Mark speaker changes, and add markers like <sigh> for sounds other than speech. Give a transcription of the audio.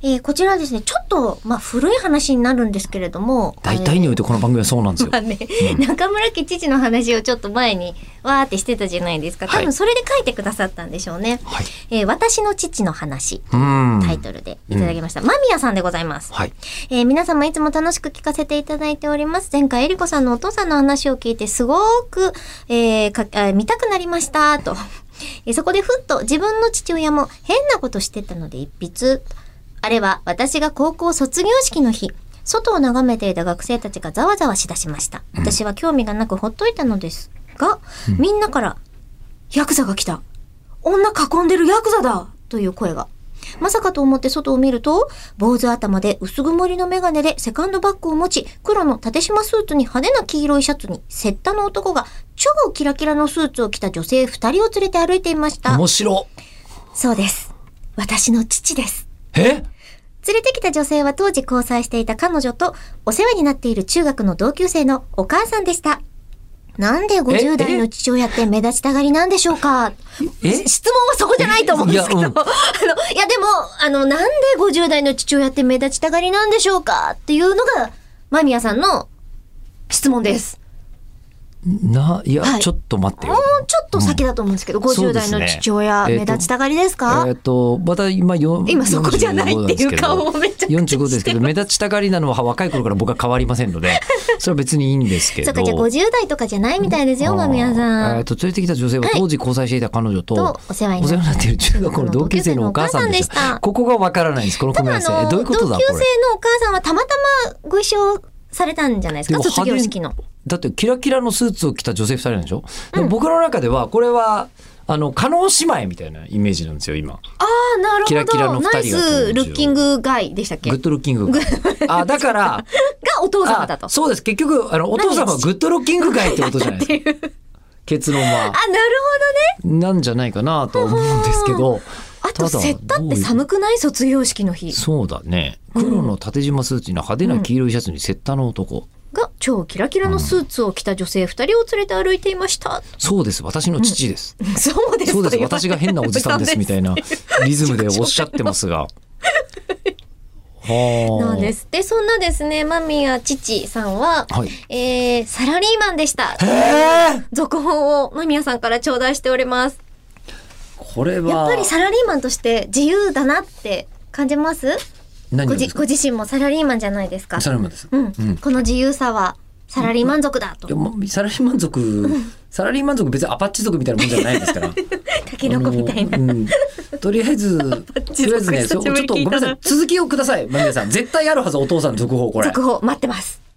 Speaker 1: えーこちらはですね、ちょっと、まあ、古い話になるんですけれども。
Speaker 2: 大体においてこの番組はそうなんですよ
Speaker 1: ま。あね、中村家父の話をちょっと前にわーってしてたじゃないですか
Speaker 2: はい
Speaker 1: 多分それで書いてくださったんでしょうね「
Speaker 2: はい。
Speaker 1: えー私の父の話
Speaker 2: う」ん。
Speaker 1: タイトルでいただきました、間宮さんでございます、
Speaker 2: はい。
Speaker 1: えー皆様いつも楽しく聞かせていただいております前回えりこさんのお父さんの話を聞いてすごく、えーかあ見たくなりましたと、えーそこでふっと自分の父親も変なことしてたので一筆あれは私が高校卒業式の日外を眺めていた学生たちがざわざわしだしました私は興味がなくほっといたのですが、みんなから「ヤクザが来た女囲んでるヤクザだ!」という声が。まさかと思って外を見ると、坊主頭で薄曇りのメガネでセカンドバッグを持ち、黒の縦縞スーツに派手な黄色いシャツに、セッタの男が超キラキラのスーツを着た女性二人を連れて歩いていました。
Speaker 2: 面白。
Speaker 1: そうです。私の父です。
Speaker 2: え
Speaker 1: 連れてきた女性は当時交際していた彼女とお世話になっている中学の同級生のお母さんでした。なんで50代の父親って目立ちたがりなんでしょうか
Speaker 2: え
Speaker 1: し質問はそこじゃないと思うんですけど。
Speaker 2: いや
Speaker 1: <laughs> あ
Speaker 2: うん
Speaker 1: の、いやでも、あの、なんで50代の父親って目立ちたがりなんでしょうかっていうのが、間宮さんの質問です。
Speaker 2: な、いや、
Speaker 1: はい
Speaker 2: ちょっと待ってよ
Speaker 1: も。うちょっと先だと思うんですけど、
Speaker 2: そう
Speaker 1: 50
Speaker 2: です
Speaker 1: 代
Speaker 2: ね
Speaker 1: の父親、
Speaker 2: えー
Speaker 1: 目
Speaker 2: と
Speaker 1: 立ちたがりですか、
Speaker 2: えっと、また今よ、
Speaker 1: 今そこじゃないっていう顔をめちゃくちゃして
Speaker 2: 45ですけど、目立ちたがりなのは若い頃から僕は変わりませんの
Speaker 1: <laughs>
Speaker 2: で、それは別にいいんですけど。
Speaker 1: そっか、じゃあ50代とかじゃないみたいですよ、間宮
Speaker 2: あー
Speaker 1: さ
Speaker 2: え
Speaker 1: ん
Speaker 2: っ。と、連れてきた女性は当時交際していた彼女と、
Speaker 1: とお世話になっている
Speaker 2: お世話になっている中学校の同級生のお母さんでし
Speaker 1: お母さんでした
Speaker 2: た。ここがわからないです、この
Speaker 1: 多
Speaker 2: 組み
Speaker 1: 分
Speaker 2: 合
Speaker 1: あ
Speaker 2: わせ。
Speaker 1: の
Speaker 2: えどういうことだ、
Speaker 1: 同級生
Speaker 2: これ。
Speaker 1: のお母さんはたまたまご一緒されたんじゃないです
Speaker 2: で
Speaker 1: か
Speaker 2: も
Speaker 1: 卒業式の
Speaker 2: 派。手だってキラキラのスーツを着た女性2人なんでしょ、でも僕の中ではこれはあの加納姉妹みたいなイメージなんですよ今
Speaker 1: ああなるほど
Speaker 2: キラキラの二人が
Speaker 1: ナイスルッキングガイでしたっけ
Speaker 2: グッ
Speaker 1: が
Speaker 2: ドルッキン
Speaker 1: <laughs>
Speaker 2: グあだから
Speaker 1: お父様
Speaker 2: あ
Speaker 1: だと。
Speaker 2: そうです結局あのお父様はグッドルッキング界ってことじゃないですか結論は
Speaker 1: あなる
Speaker 2: なんじゃないかなと思うんですけど
Speaker 1: <laughs> ほどあと
Speaker 2: ただ
Speaker 1: セッタって寒くない卒業式の日
Speaker 2: そうだね黒の縦縞スーツに派手な黄色いシャツにセッタの男、
Speaker 1: が超キラキラのスーツを着た女性二人を連れて歩いていました。
Speaker 2: そうです私の父です、
Speaker 1: そうです
Speaker 2: そう
Speaker 1: と言わ
Speaker 2: です
Speaker 1: れ
Speaker 2: 私が変なおじさんですみたいなリズムでおっしゃってます
Speaker 1: <laughs>
Speaker 2: が。はあ
Speaker 1: なんです。で、そんなですね、間宮父さんは、
Speaker 2: はい
Speaker 1: えー、サラリーマンでした。続報を間宮さんから頂戴しております。
Speaker 2: これは
Speaker 1: やっぱりサラリーマンとして自由だなって感じます
Speaker 2: 何
Speaker 1: ご
Speaker 2: がで
Speaker 1: じ
Speaker 2: す
Speaker 1: ご
Speaker 2: か
Speaker 1: 自身もサラリーマンじゃないですか。
Speaker 2: サラリーマンです。
Speaker 1: うん、
Speaker 2: うん
Speaker 1: この自由さはサラリーマン族だと
Speaker 2: いや。もうサラリーマン族サラリーマン族別にアパッチ族みたいなもんじゃないで
Speaker 1: <laughs>
Speaker 2: すから。
Speaker 1: タケノコみたいな。
Speaker 2: あのうんとりあえずと
Speaker 1: チ
Speaker 2: りあえずね、
Speaker 1: 族
Speaker 2: そうちょっ
Speaker 1: 久しぶ
Speaker 2: と
Speaker 1: りに聞い
Speaker 2: ごめん
Speaker 1: たな
Speaker 2: なさい続きをください、マミヤさん。絶対あるはずお父さんの続報これ。
Speaker 1: 続報待ってます。